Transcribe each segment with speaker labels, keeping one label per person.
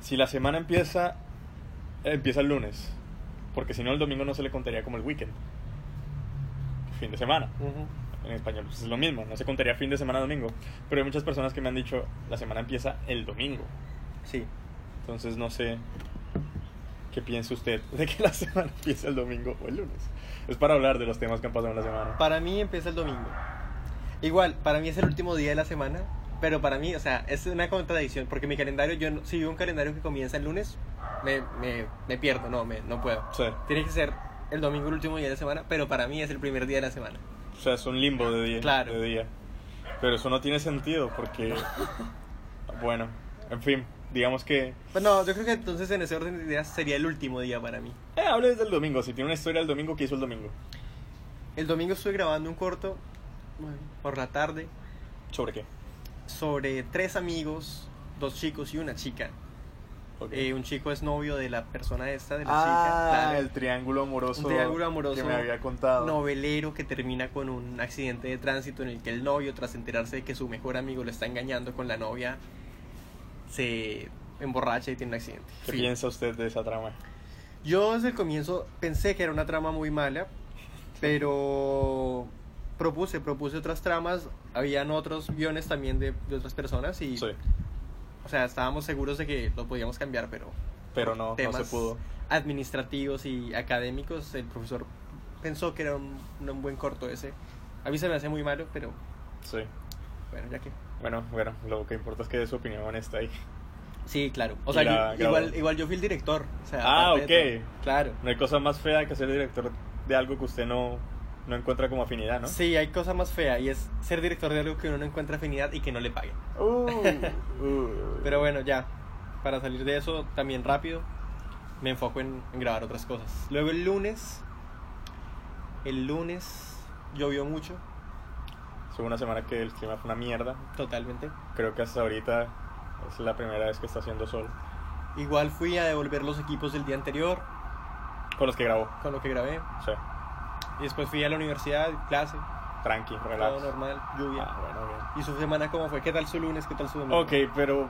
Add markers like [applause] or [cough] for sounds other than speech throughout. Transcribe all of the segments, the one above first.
Speaker 1: si la semana empieza, empieza el lunes, porque si no el domingo no se le contaría como el weekend, fin de semana. En español pues es lo mismo, no se contaría fin de semana domingo, pero hay muchas personas que me han dicho la semana empieza el domingo,
Speaker 2: Sí.
Speaker 1: entonces no sé qué piensa usted [laughs] de que la semana empieza el domingo o el lunes. Es para hablar de los temas que han pasado en la semana.
Speaker 2: Para mí empieza el domingo. Igual, para mí es el último día de la semana, pero para mí, o sea, es una contradicción, porque mi calendario, yo no- si veo un calendario que comienza el lunes, me, me- me pierdo, no, me, no puedo.
Speaker 1: Sí.
Speaker 2: Tiene que ser el domingo el último día de la semana, pero para mí es el primer día de la semana.
Speaker 1: O sea, es un limbo de día.
Speaker 2: Claro.
Speaker 1: de día. Pero eso no tiene sentido porque... bueno, en fin, digamos que...
Speaker 2: Pues no, yo creo que entonces en ese orden de ideas sería el último día para mí.
Speaker 1: Eh, hable desde el domingo. Si tiene una historia del domingo, ¿qué hizo el domingo?
Speaker 2: El domingo estuve grabando un corto bueno, por la tarde
Speaker 1: ¿Sobre qué?
Speaker 2: sobre tres amigos, dos chicos y una chica.
Speaker 1: Ok.
Speaker 2: Eh, un chico es novio de la persona esta, de la
Speaker 1: ah,
Speaker 2: chica. claro.
Speaker 1: el triángulo amoroso.
Speaker 2: Un triángulo amoroso.
Speaker 1: Que me había contado.
Speaker 2: novelero que termina con un accidente de tránsito en el que el novio, tras enterarse de que su mejor amigo lo está engañando con la novia, se emborracha y tiene un accidente.
Speaker 1: ¿Qué
Speaker 2: Fin.
Speaker 1: piensa usted de esa trama?
Speaker 2: Yo desde el comienzo pensé que era una trama muy mala, pero propuse, propuse otras tramas, habían otros guiones también de, de otras personas y,
Speaker 1: Sí,
Speaker 2: o sea, estábamos seguros de que lo podíamos cambiar, pero
Speaker 1: pero no, no
Speaker 2: temas
Speaker 1: se pudo.
Speaker 2: administrativos y académicos, el profesor pensó que era un, un buen corto ese. A mí se me hace muy malo, pero
Speaker 1: Sí.
Speaker 2: bueno, ya que.
Speaker 1: Bueno, bueno, lo que importa es que dé su opinión honesta ahí.
Speaker 2: Sí, claro. O
Speaker 1: Y
Speaker 2: sea,
Speaker 1: la
Speaker 2: yo- igual,
Speaker 1: grabó.
Speaker 2: igual yo fui el director. o sea,
Speaker 1: Ah,
Speaker 2: aparte de
Speaker 1: ok.
Speaker 2: todo. Claro.
Speaker 1: No hay cosa más fea que ser director de algo que usted no, no encuentra como afinidad, ¿no?
Speaker 2: Sí, hay cosa más fea y es ser director de algo que uno no encuentra afinidad y que no le paguen. [laughs]
Speaker 1: Uh, uh.
Speaker 2: Pero bueno, ya. Para salir de eso, también rápido, me enfoco en, en grabar otras cosas. Luego el lunes, el lunes llovió mucho,
Speaker 1: Fue una semana que el clima fue una mierda.
Speaker 2: totalmente.
Speaker 1: Creo que hasta ahorita es la primera vez que está haciendo sol.
Speaker 2: Igual fui a devolver los equipos del día anterior
Speaker 1: Con los que grabó.
Speaker 2: con lo que grabé.
Speaker 1: O sea,
Speaker 2: Y después fui a la universidad, clase,
Speaker 1: Tranqui, relax.
Speaker 2: todo normal,
Speaker 1: Ah,
Speaker 2: lluvia.
Speaker 1: bueno, bien.
Speaker 2: ¿Y su semana cómo fue? ¿Qué tal su lunes? ¿Qué tal su domingo?
Speaker 1: Ok, pero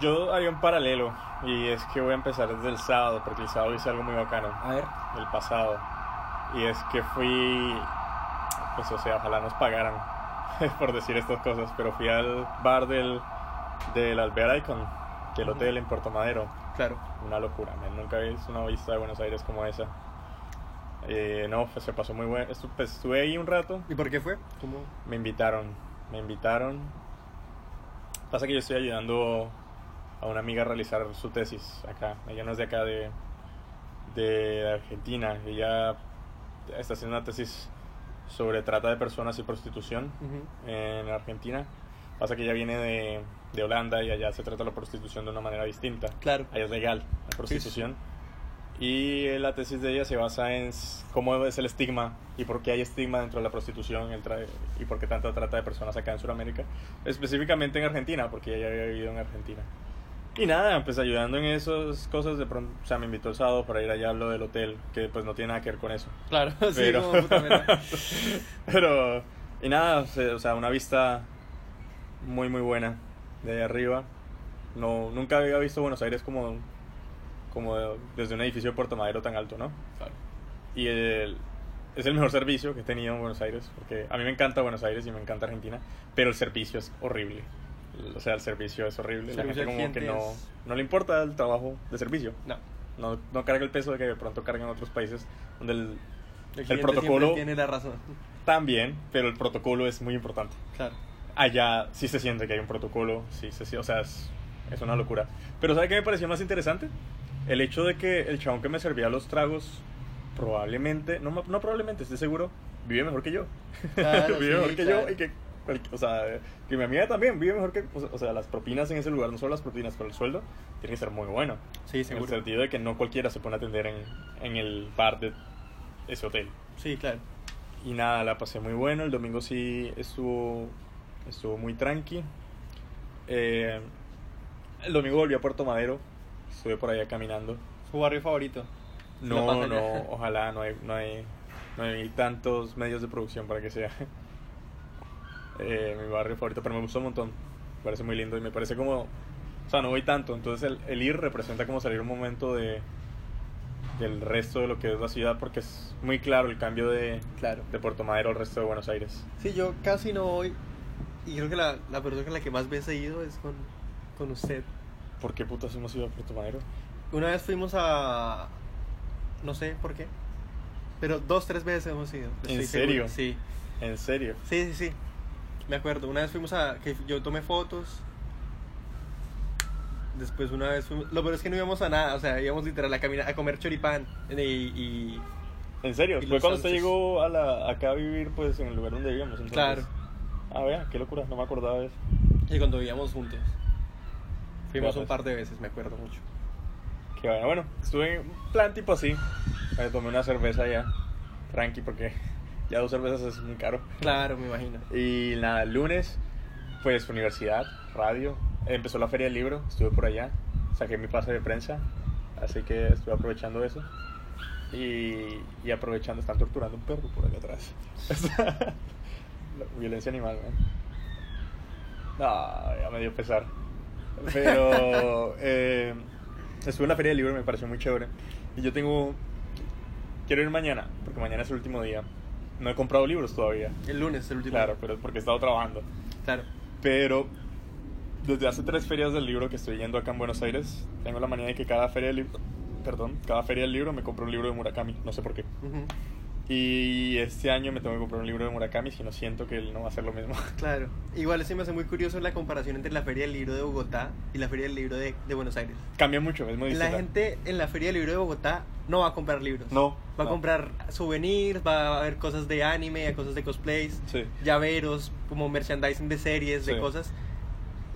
Speaker 1: yo haría un paralelo y es que voy a empezar desde el sábado, porque el sábado hice algo muy bacano,
Speaker 2: A ver.
Speaker 1: el pasado. Y es que fui, pues o sea, ojalá nos pagaran [laughs] por decir estas cosas, pero fui al bar del, del Alvear Icon, del
Speaker 2: Ujú.
Speaker 1: hotel en Puerto Madero.
Speaker 2: Claro.
Speaker 1: Una locura, man. nunca había visto una vista de Buenos Aires como esa. Eh, no, pues, se pasó muy bueno. Estu- pues, estuve ahí un rato,
Speaker 2: ¿Y por qué fue? ¿Cómo?
Speaker 1: me invitaron, me invitaron. Pasa que yo estoy ayudando a una amiga a realizar su tesis acá. Ella no es de acá, de, de Argentina. Ella está haciendo una tesis sobre trata de personas y prostitución
Speaker 2: Ujú.
Speaker 1: en Argentina. Pasa que ella viene de, de Holanda y allá se trata la prostitución de una manera distinta.
Speaker 2: Claro.
Speaker 1: Allá Ah, es legal la prostitución. Y eh, la tesis de ella se basa en s- cómo es el estigma y por qué hay estigma dentro de la prostitución el tra- y por qué tanta trata de personas acá en Sudamérica, específicamente en Argentina, porque ella había vivido en Argentina. Y nada, pues ayudando en esas cosas, de pronto, o sea, me invitó el sábado para ir allá a lo del hotel, que pues no tiene nada que ver con eso.
Speaker 2: Claro, [laughs] sí,
Speaker 1: Pero-
Speaker 2: como puta mierda.
Speaker 1: [laughs] Pero, y nada, o sea, o sea, una vista muy, muy buena de allá arriba. No, nunca había visto Buenos Aires como, como desde un edificio de Puerto Madero tan alto, ¿no?
Speaker 2: Claro.
Speaker 1: Y el- es el mejor servicio que he tenido en Buenos Aires, porque a mí me encanta Buenos Aires y me encanta Argentina, pero el servicio es horrible. O sea, el servicio es horrible. La
Speaker 2: Servicio
Speaker 1: gente
Speaker 2: al
Speaker 1: como que
Speaker 2: cliente
Speaker 1: no,
Speaker 2: es-
Speaker 1: no le importa el trabajo de servicio.
Speaker 2: No.
Speaker 1: No, no carga el peso de que de pronto cargan otros países donde el,
Speaker 2: El,
Speaker 1: el
Speaker 2: cliente siempre
Speaker 1: protocolo
Speaker 2: tiene la razón.
Speaker 1: también, pero el protocolo es muy importante.
Speaker 2: Claro.
Speaker 1: Allá sí se siente que hay un protocolo, sí se sie- o sea, es, es una locura. Pero ¿sabe qué me pareció más interesante? El hecho de que el chabón que me servía los tragos, probablemente, no, ma- no probablemente, estoy seguro, vive mejor que yo. [laughs]
Speaker 2: Claro,
Speaker 1: vive
Speaker 2: sí,
Speaker 1: mejor que
Speaker 2: claro.
Speaker 1: yo y que, cual- o sea, que mi amiga también vive mejor que, o sea- o sea, las propinas en ese lugar, no solo las propinas, pero el sueldo tiene que ser muy bueno.
Speaker 2: Sí,
Speaker 1: En el
Speaker 2: seguro.
Speaker 1: sentido de que no cualquiera se pone a atender en, en el bar de ese hotel.
Speaker 2: Sí, claro.
Speaker 1: Y nada, la pasé muy bueno. El domingo sí estuvo, estuvo muy tranqui. Eh, el domingo volví a Puerto Madero. Estuve por allá caminando.
Speaker 2: ¿Su barrio favorito? La
Speaker 1: No,
Speaker 2: pasa
Speaker 1: no,
Speaker 2: allá.
Speaker 1: ojalá no hay, no, hay, no hay tantos medios de producción para que sea [laughs] eh, mi barrio favorito, pero me gustó un montón. Me parece muy lindo y me parece como O sea, no voy tanto. Entonces el, el ir representa como salir un momento de, del resto de lo que es la ciudad porque es muy claro el cambio de,
Speaker 2: Claro.
Speaker 1: de Puerto Madero al resto de Buenos Aires.
Speaker 2: Sí, yo casi no voy. Y creo que la, la persona con la que más veces he ido es con, con usted.
Speaker 1: ¿Por qué putas hemos ido a Puerto Madero?
Speaker 2: Una vez fuimos a. No sé por qué. Pero dos, tres veces hemos ido.
Speaker 1: ¿En
Speaker 2: estoy
Speaker 1: serio?
Speaker 2: seguro. Sí.
Speaker 1: En serio.
Speaker 2: Sí, sí, sí. Me acuerdo. Una vez fuimos a. que yo tomé fotos. Después una vez fuimos. Lo peor es que no íbamos a nada. O sea, íbamos literal a caminar, a comer choripán. Y. y-
Speaker 1: En serio.
Speaker 2: Y
Speaker 1: Fue
Speaker 2: los
Speaker 1: cuando usted
Speaker 2: sándwiches.
Speaker 1: llegó a la, acá a vivir pues en el lugar donde vivíamos. Entonces,
Speaker 2: Claro.
Speaker 1: Ah, vea, qué locura. No me acordaba de eso.
Speaker 2: y cuando vivíamos juntos. Fuimos
Speaker 1: Ya,
Speaker 2: un
Speaker 1: pues.
Speaker 2: par de veces, me acuerdo mucho.
Speaker 1: Que bueno, bueno, estuve en un plan tipo así. Me tomé una cerveza ya, tranqui, porque ya dos cervezas es muy caro.
Speaker 2: Claro, me imagino.
Speaker 1: Y nada, el lunes, pues universidad, radio. Empezó la feria del libro, estuve por allá, saqué mi pase de prensa, así que estuve aprovechando eso. Y, y aprovechando, están torturando a un perro por acá atrás. [laughs] La violencia animal, man. No, ya me dio pesar. Pero eh, estuve en la feria del libro, me pareció muy chévere. Y yo tengo... Quiero ir mañana, porque mañana es el último día. No he comprado libros todavía.
Speaker 2: El lunes, el último.
Speaker 1: Claro, pero porque he estado trabajando.
Speaker 2: Claro.
Speaker 1: Pero desde hace tres ferias del libro que estoy yendo acá en Buenos Aires, tengo la manía de que cada feria del libro, perdón, cada feria del libro me compro un libro de Murakami, no sé por qué.
Speaker 2: Ujú.
Speaker 1: Y este año me tengo que comprar un libro de Murakami, si no siento que él no va a hacer lo mismo. [laughs]
Speaker 2: Claro. Igual se me hace muy curioso la comparación entre la Feria del Libro de Bogotá y la Feria del Libro de, de Buenos Aires.
Speaker 1: Cambia mucho, es muy
Speaker 2: La
Speaker 1: distinta.
Speaker 2: gente en la Feria del Libro de Bogotá no va a comprar libros.
Speaker 1: No, no.
Speaker 2: Va a comprar souvenirs, va a ver cosas de anime, cosas de cosplays,
Speaker 1: Sí.
Speaker 2: llaveros, como merchandising de series, de
Speaker 1: Sí.
Speaker 2: cosas.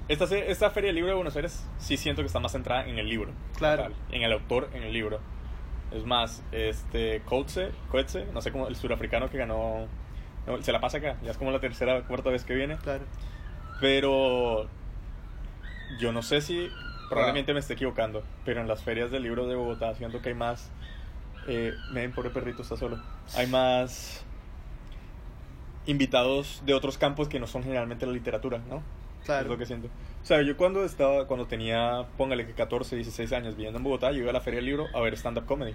Speaker 1: Esta, se- esta feria del libro de Buenos Aires sí siento que está más centrada en el libro.
Speaker 2: Claro.
Speaker 1: Tal, En el autor, en el libro. Es más, este Coetze, Coetze, no sé cómo, el surafricano que ganó, no, se la pasa acá, ya es como la tercera cuarta vez que viene.
Speaker 2: Claro.
Speaker 1: Pero yo no sé si probablemente me esté equivocando, pero en las ferias del libro de Bogotá siento que hay más. Eh, me ven, pobre perrito, está solo. Hay más invitados de otros campos que no son generalmente la literatura, ¿no? Es lo
Speaker 2: Claro.
Speaker 1: que siento. O sea, yo cuando estaba, cuando tenía, póngale que 14, 16 años viviendo en Bogotá, yo iba a la feria del libro a ver stand-up comedy.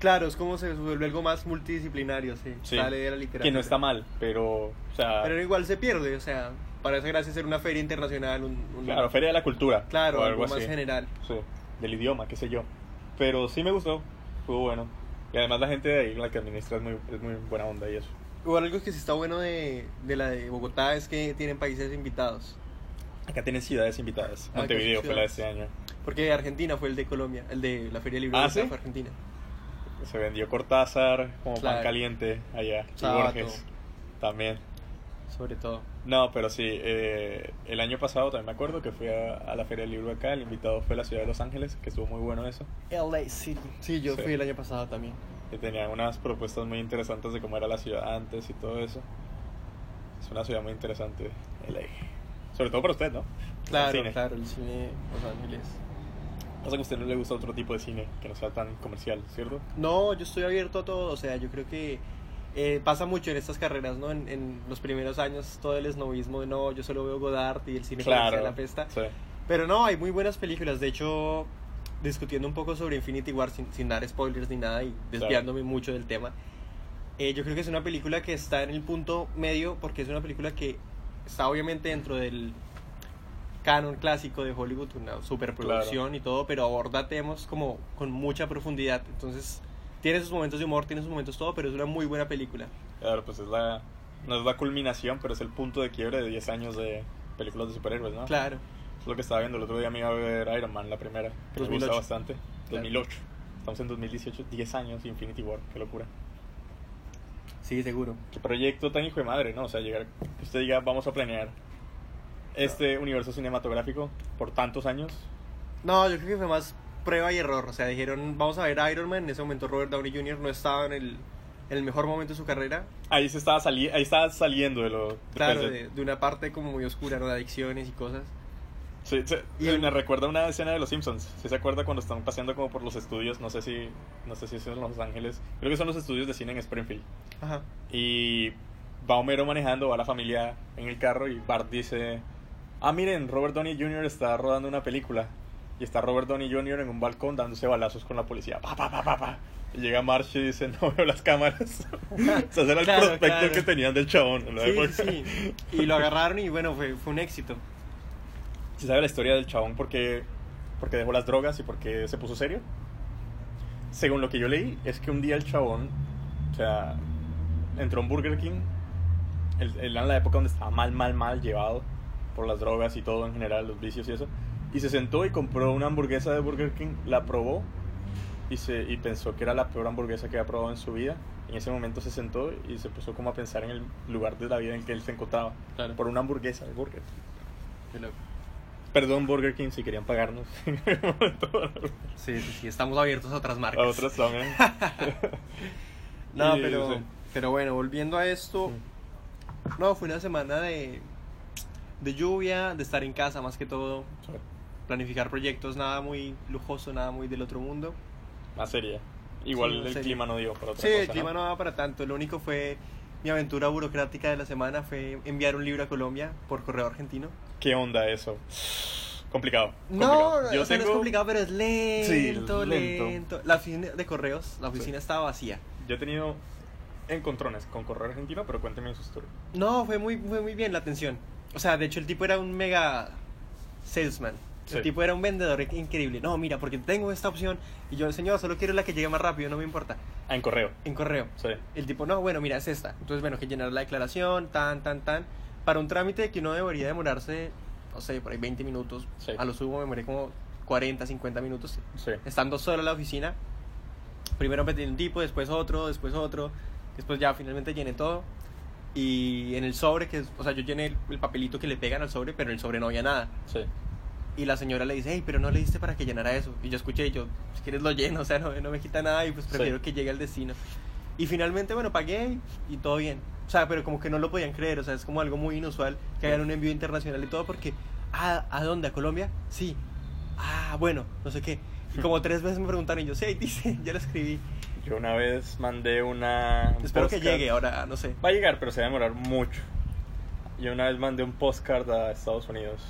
Speaker 2: Claro, es como se vuelve algo más multidisciplinario, sí.
Speaker 1: Sí.
Speaker 2: Sale de la literatura.
Speaker 1: Que no está mal, pero, o sea,
Speaker 2: Pero igual se pierde, o sea, para esa gracia ser una feria internacional, un, un-
Speaker 1: claro, feria de la cultura.
Speaker 2: claro,
Speaker 1: o
Speaker 2: algo, más general.
Speaker 1: Sí, del idioma, qué sé yo. Pero sí me gustó, estuvo bueno. Y además la gente de ahí, la que administra, es muy, es muy buena onda y eso.
Speaker 2: Igual algo que sí está bueno de, de la de Bogotá es que tienen países invitados.
Speaker 1: Acá tienen ciudades invitadas.
Speaker 2: Ah,
Speaker 1: Montevideo
Speaker 2: qué
Speaker 1: fue la de este año.
Speaker 2: Porque Argentina fue el de Colombia, el de la Feria Libre
Speaker 1: ¿Ah,
Speaker 2: de Bogotá
Speaker 1: sí?
Speaker 2: fue Argentina.
Speaker 1: Se vendió Cortázar como
Speaker 2: Claro.
Speaker 1: pan caliente allá. Y
Speaker 2: Sábato.
Speaker 1: Borges también.
Speaker 2: Sobre todo.
Speaker 1: No, pero sí, eh, el año pasado también me acuerdo que fui a, a la Feria del Libro acá. El invitado fue la ciudad de Los Ángeles, que estuvo muy bueno eso.
Speaker 2: LA City. Sí, yo
Speaker 1: Sí.
Speaker 2: fui el año pasado también.
Speaker 1: Que tenía unas propuestas muy interesantes de cómo era la ciudad antes y todo eso. Es una ciudad muy interesante, LA. Sobre todo para usted, ¿no?
Speaker 2: Claro,
Speaker 1: El cine.
Speaker 2: claro, el cine Los Ángeles.
Speaker 1: O sea que a usted no le gusta otro tipo de cine que no sea tan comercial, ¿cierto?
Speaker 2: No, yo estoy abierto a todo, o sea, yo creo que eh, pasa mucho en estas carreras, ¿no? En, en los primeros años todo el esnovismo de no, yo solo veo Godard y el cine comercial la pesta.
Speaker 1: Sí.
Speaker 2: Pero no, hay muy buenas películas. De hecho, discutiendo un poco sobre Infinity War sin, sin dar spoilers ni nada y desviándome mucho del tema, eh, yo creo que es una película que está en el punto medio porque es una película que está obviamente dentro del canon clásico de Hollywood, una superproducción y todo, pero aborda temas como con mucha profundidad. Entonces, tiene sus momentos de humor, tiene sus momentos todo, pero es una muy buena película.
Speaker 1: Claro, pues es la. No es la culminación, pero es el punto de quiebre de 10 años de películas de superhéroes, ¿no?
Speaker 2: Claro.
Speaker 1: Es lo que estaba viendo el otro día, me iba a ver Iron Man, la primera, que me
Speaker 2: 2008.
Speaker 1: gusta bastante.
Speaker 2: Claro.
Speaker 1: 2008. Estamos en 2018, 10 años, Infinity War, qué locura.
Speaker 2: Sí, seguro.
Speaker 1: Qué proyecto tan hijo de madre, ¿no? O sea, llegar, que usted diga, vamos a planear este universo cinematográfico por tantos años.
Speaker 2: No, yo creo que fue más prueba y error. O sea, dijeron, vamos a ver Iron Man. En ese momento Robert Downey Jr. no estaba en el, en el mejor momento de su carrera.
Speaker 1: Ahí se estaba, sali ahí estaba saliendo de lo...
Speaker 2: Claro,
Speaker 1: pues,
Speaker 2: de, de una parte como muy oscura, ¿no? De adicciones y cosas.
Speaker 1: Sí, sí,
Speaker 2: Y
Speaker 1: sí,
Speaker 2: el-
Speaker 1: me recuerda una escena de Los Simpsons. Si se acuerda cuando están paseando como por los estudios, no sé si no sé si es en Los Ángeles, creo que son los estudios de cine en Springfield.
Speaker 2: Ajá.
Speaker 1: Y va Homero manejando, va la familia en el carro y Bart dice, Ah, miren, Robert Downey Jr. está rodando una película. Y está Robert Downey Jr. en un balcón dándose balazos con la policía. Pa, pa, pa, pa, pa. Y llega Marsh y dice, no veo las cámaras. [laughs] Se hace el
Speaker 2: Claro,
Speaker 1: prospecto
Speaker 2: claro.
Speaker 1: que tenían del chabón. en la
Speaker 2: Sí,
Speaker 1: época.
Speaker 2: sí, sí. Y lo agarraron y bueno, fue, fue un éxito.
Speaker 1: ¿Se sabe la historia del chabón porque, porque dejó las drogas y porque se puso serio? Según lo que yo leí, es que un día el chabón, o sea, entró en Burger King, él- él era en la época donde estaba mal, mal, mal llevado por las drogas y todo en general, los vicios y eso, y se sentó y compró una hamburguesa de Burger King, la probó y, se, y pensó que era la peor hamburguesa que había probado en su vida. Y en ese momento se sentó y se puso como a pensar en el lugar de la vida en que él se encontraba,
Speaker 2: Claro.
Speaker 1: por una hamburguesa de Burger King.
Speaker 2: Qué loco.
Speaker 1: Perdón, Burger King, si querían pagarnos. [laughs]
Speaker 2: Sí, sí, sí, estamos abiertos a otras
Speaker 1: A
Speaker 2: marcas.
Speaker 1: otros también.
Speaker 2: [laughs] No,
Speaker 1: Sí,
Speaker 2: pero, Uh.
Speaker 1: sí.
Speaker 2: pero bueno, volviendo a esto, no, fue una semana de, de lluvia, de estar en casa más que todo, planificar proyectos, nada muy lujoso, nada muy del otro mundo.
Speaker 1: Más seria. Igual
Speaker 2: Sí,
Speaker 1: el
Speaker 2: más seria.
Speaker 1: clima no dio para otra
Speaker 2: Sí,
Speaker 1: cosa.
Speaker 2: el clima no daba para tanto, lo único fue mi aventura burocrática de la semana fue enviar un libro a Colombia por correo argentino.
Speaker 1: ¿Qué onda eso? Complicado.
Speaker 2: No,
Speaker 1: complicado. Yo
Speaker 2: o sea, no es
Speaker 1: tengo-
Speaker 2: complicado, pero es lento,
Speaker 1: lento.
Speaker 2: lento, La oficina de correos, la oficina estaba vacía.
Speaker 1: Yo he tenido encontrones con correo argentino, pero cuénteme su historia.
Speaker 2: No, fue muy, fue muy bien la atención. O sea, de hecho el tipo era un mega salesman.
Speaker 1: Sí.
Speaker 2: El tipo era un vendedor in- increíble. No, mira, porque tengo esta opción y yo, señor, solo quiero la que llegue más rápido, no me importa.
Speaker 1: Ah, en correo.
Speaker 2: En correo.
Speaker 1: Sí.
Speaker 2: El tipo, no, bueno, mira, es esta. Entonces, bueno, que llenar la declaración, tan, tan, tan. Para un trámite que no debería demorarse, no sé, por ahí 20 minutos.
Speaker 1: Sí.
Speaker 2: A lo sumo me demoré como 40, 50 minutos.
Speaker 1: Sí.
Speaker 2: Estando solo en la oficina, primero metí un tipo, después otro, después otro. Después ya finalmente llené todo. Y en el sobre, que es- o sea, yo llené el, el papelito que le pegan al sobre, pero en el sobre no había nada.
Speaker 1: Sí.
Speaker 2: Y la señora le dice, hey, pero no le diste para que llenara eso. Y yo escuché, y yo, si quieres lo lleno, o sea, no, no me quita nada y pues
Speaker 1: Sí.
Speaker 2: prefiero que llegue al destino. Y finalmente, bueno, pagué y, y todo bien. O sea, pero como que no lo podían creer, o sea, es como algo muy inusual que hagan un envío internacional y todo porque, ah, ¿a dónde? ¿A Colombia? Sí. Ah, bueno, no sé qué. Y
Speaker 1: [laughs]
Speaker 2: como tres veces me preguntaron y yo, sí, ahí dice, [laughs] ya lo escribí.
Speaker 1: Yo una vez mandé una. un
Speaker 2: Espero que
Speaker 1: postcard.
Speaker 2: llegue ahora, no sé.
Speaker 1: Va a llegar, pero se va a demorar mucho. Yo una vez mandé un postcard a Estados Unidos.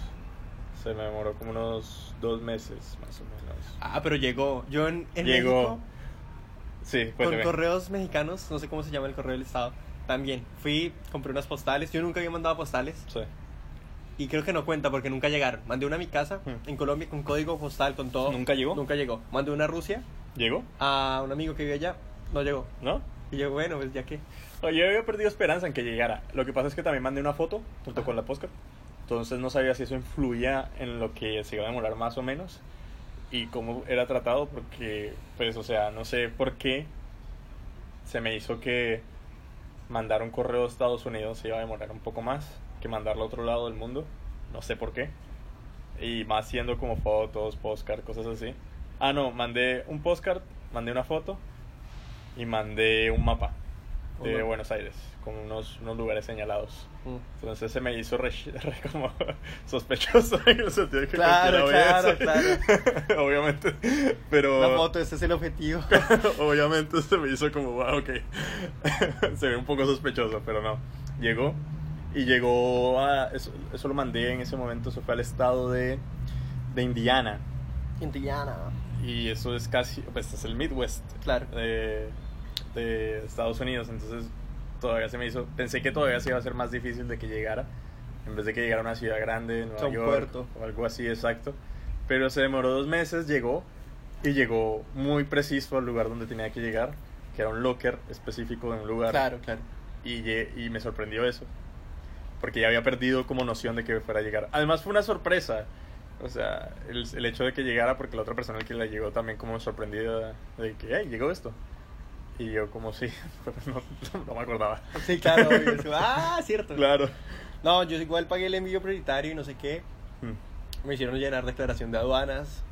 Speaker 1: Se me demoró como unos dos meses, más o menos.
Speaker 2: Ah, pero llegó. Yo en, en
Speaker 1: Llegó.
Speaker 2: México,
Speaker 1: Sí,
Speaker 2: con
Speaker 1: cuénteme.
Speaker 2: correos mexicanos, no sé cómo se llama el correo del estado, también. Fui, compré unas postales, yo nunca había mandado postales.
Speaker 1: Sí.
Speaker 2: Y creo que no cuenta porque nunca llegaron. Mandé una a mi casa
Speaker 1: Hmm.
Speaker 2: en Colombia con código postal, con todo.
Speaker 1: ¿Nunca llegó?
Speaker 2: Nunca llegó. Mandé una a Rusia
Speaker 1: ¿Llegó?
Speaker 2: a un amigo que vive allá. No llegó.
Speaker 1: ¿No?
Speaker 2: Y yo, bueno, pues ya que.
Speaker 1: No, Yo había perdido esperanza en que llegara. Lo que pasa es que también mandé una foto junto
Speaker 2: Ajá.
Speaker 1: con la postcard. Entonces no sabía si eso influía en lo que se iba a demorar más o menos y cómo era tratado porque, pues, o sea, no sé por qué se me hizo que mandar un correo a Estados Unidos se iba a demorar un poco más que mandarlo a otro lado del mundo. No sé por qué. Y más siendo como fotos, postcard, cosas así. Ah, no, mandé un postcard, mandé una foto y mandé un mapa de
Speaker 2: Hola.
Speaker 1: Buenos Aires con unos, unos lugares señalados.
Speaker 2: Mm.
Speaker 1: Entonces se Pues me hizo re, re como [laughs] sospechoso en el sentido de que
Speaker 2: Claro,
Speaker 1: cualquiera ve
Speaker 2: claro,
Speaker 1: eso. [laughs] obviamente, pero
Speaker 2: La foto, ese es el objetivo.
Speaker 1: [laughs] obviamente se me hizo como, wow, ok, [laughs] se ve un poco sospechoso, pero no, llegó y llegó a, eso, eso lo mandé en ese momento, eso fue al estado de, de Indiana
Speaker 2: Indiana.
Speaker 1: y eso es casi, pues es el Midwest,
Speaker 2: Claro.
Speaker 1: de, de Estados Unidos, entonces todavía se me hizo, pensé que todavía se iba a ser más difícil de que llegara, en vez de que llegara a una ciudad grande, Nueva
Speaker 2: A un
Speaker 1: York
Speaker 2: puerto.
Speaker 1: o algo así, exacto, pero se demoró dos meses, llegó y llegó muy preciso al lugar donde tenía que llegar, que era un locker específico de un lugar,
Speaker 2: Claro, claro.
Speaker 1: y, lle- y me sorprendió eso, porque ya había perdido como noción de que fuera a llegar, además fue una sorpresa. O sea, el, el hecho de que llegara, porque la otra persona que la llegó también como sorprendida de que, hey, llegó esto. Y yo como sí, [laughs] pero no, [laughs] no me acordaba.
Speaker 2: Sí,
Speaker 1: [laughs]
Speaker 2: claro. obvio, eso. Ah, cierto.
Speaker 1: Claro.
Speaker 2: No, yo igual pagué el envío prioritario y no sé qué.
Speaker 1: Mm.
Speaker 2: Me hicieron llenar declaración de aduanas.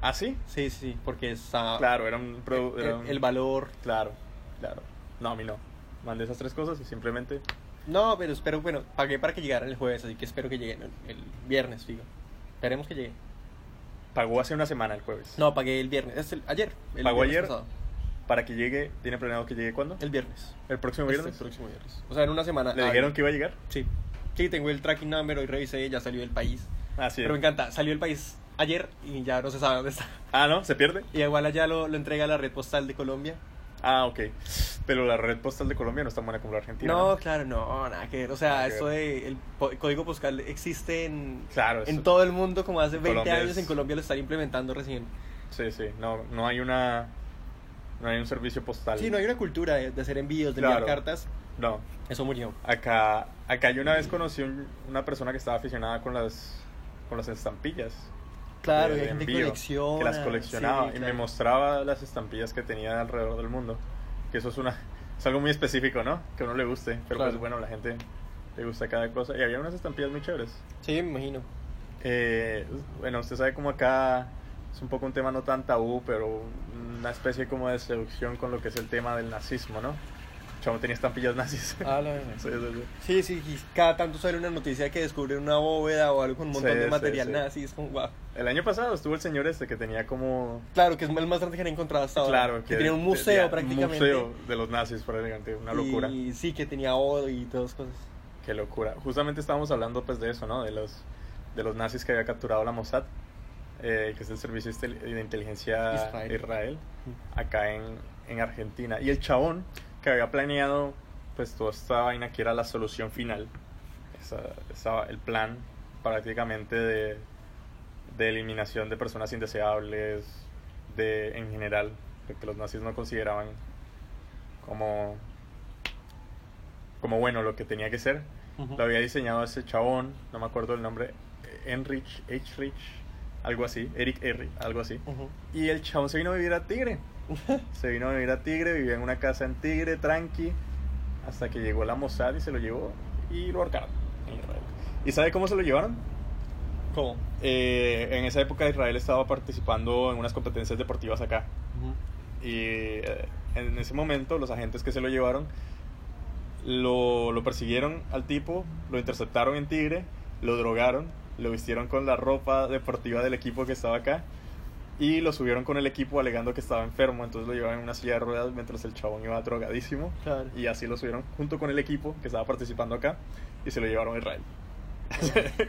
Speaker 1: ¿Ah, sí?
Speaker 2: Sí, sí, porque estaba.
Speaker 1: Claro, era un... produ-
Speaker 2: El,
Speaker 1: era un-
Speaker 2: Eh, el valor.
Speaker 1: Claro, claro. No, a mí no. Mandé esas tres cosas y simplemente...
Speaker 2: No, pero espero, bueno, pagué para que llegaran el jueves, así que espero que lleguen el, el viernes, digo. Esperemos que lleguen.
Speaker 1: Pagó hace una semana el jueves.
Speaker 2: No, pagué el viernes. Es el- ayer. El
Speaker 1: ¿Pagó
Speaker 2: viernes
Speaker 1: ayer?
Speaker 2: pasado.
Speaker 1: Para que llegue, ¿tiene planeado que llegue cuándo?
Speaker 2: El viernes.
Speaker 1: ¿El próximo
Speaker 2: Este Ah,
Speaker 1: viernes?
Speaker 2: próximo viernes. O sea, en una semana.
Speaker 1: ¿Le
Speaker 2: hábil.
Speaker 1: dijeron que iba a llegar?
Speaker 2: Sí. sí, tengo el tracking number, hoy revisé, ya salió del país.
Speaker 1: Así
Speaker 2: Pero me
Speaker 1: es.
Speaker 2: encanta, salió del país ayer y ya no se sabe dónde está. [laughs]
Speaker 1: Ah, ¿no? ¿Se pierde?
Speaker 2: Y igual allá lo, lo entrega la red postal de Colombia.
Speaker 1: Ah, ok. Pero la red postal de Colombia no es tan buena como la argentina.
Speaker 2: no, claro, no, nada que ver. O sea,
Speaker 1: Nada que
Speaker 2: eso
Speaker 1: ver.
Speaker 2: de el po- código postal existe en,
Speaker 1: Claro,
Speaker 2: en
Speaker 1: eso-
Speaker 2: todo el mundo como hace 20
Speaker 1: Colombia
Speaker 2: años.
Speaker 1: es-
Speaker 2: En Colombia lo están implementando recién.
Speaker 1: Sí, sí. No, no hay una. No hay un servicio postal.
Speaker 2: Sí, no hay una cultura de, de hacer envíos, de enviar
Speaker 1: Claro.
Speaker 2: cartas.
Speaker 1: No.
Speaker 2: Eso murió.
Speaker 1: Acá, acá yo una vez conocí un- una persona que estaba aficionada con las, con las estampillas.
Speaker 2: Claro,
Speaker 1: de-
Speaker 2: y hay
Speaker 1: de
Speaker 2: gente
Speaker 1: envío,
Speaker 2: colecciona,
Speaker 1: que las coleccionaba
Speaker 2: sí,
Speaker 1: y me
Speaker 2: claro.
Speaker 1: mostraba las estampillas que tenía alrededor del mundo. Que eso es, una, es algo muy específico, ¿no? Que a uno le guste. Pero
Speaker 2: Claro.
Speaker 1: pues bueno, la gente le gusta cada cosa. Y había unas estampillas muy chéveres.
Speaker 2: Sí,
Speaker 1: [laughs]
Speaker 2: me imagino.
Speaker 1: Eh, bueno, usted sabe como acá es un poco un tema no tan tabú, pero una especie como de seducción con lo que es el tema del nazismo, ¿no? Chamo tenía estampillas nazis.
Speaker 2: Ah, la verdad.
Speaker 1: [laughs] Sí, sí, sí.
Speaker 2: Sí, sí, y cada tanto sale una noticia que descubren una bóveda o algo con un montón
Speaker 1: Sí,
Speaker 2: de
Speaker 1: sí,
Speaker 2: material
Speaker 1: sí.
Speaker 2: nazi. Es como, guau.
Speaker 1: El año pasado estuvo el señor este que tenía como...
Speaker 2: Claro, que es el más grande que han encontrado hasta ahora.
Speaker 1: Claro,
Speaker 2: que tenía un museo
Speaker 1: tenía
Speaker 2: prácticamente.
Speaker 1: Un museo de los nazis, prácticamente, una locura.
Speaker 2: Y sí, que tenía oro y todas cosas.
Speaker 1: Qué locura. Justamente estábamos hablando pues de eso, ¿no? De los, de los nazis que había capturado la Mossad, eh, que es el servicio de intel- de inteligencia
Speaker 2: Israel.
Speaker 1: Israel, acá en, en Argentina. Y el chabón que había planeado pues toda esta vaina que era la solución final, esa- esa- el plan prácticamente de, de eliminación de personas indeseables, de en general, lo que los nazis no consideraban como, como bueno lo que tenía que ser.
Speaker 2: Ujú.
Speaker 1: Lo había diseñado ese chabón, no me acuerdo el nombre, Enrich, H. algo así, Eric R., algo así.
Speaker 2: Ujú.
Speaker 1: Y el chabón se vino a vivir a Tigre. Se vino a vivir a Tigre, vivía en una casa en Tigre, tranqui, hasta que llegó la Mossad y se lo llevó y lo ahorcaron en Israel. ¿Y sabe cómo se lo llevaron?
Speaker 2: ¿Cómo?
Speaker 1: Eh, en esa época Israel estaba participando en unas competencias deportivas acá.
Speaker 2: Ujú.
Speaker 1: Y eh, en ese momento los agentes que se lo llevaron lo, lo persiguieron al tipo, lo interceptaron en Tigre, lo drogaron, lo vistieron con la ropa deportiva del equipo que estaba acá y lo subieron con el equipo alegando que estaba enfermo. Entonces lo llevaban en una silla de ruedas mientras el chabón iba drogadísimo
Speaker 2: Claro.
Speaker 1: y así lo subieron junto con el equipo que estaba participando acá y se lo llevaron a Israel.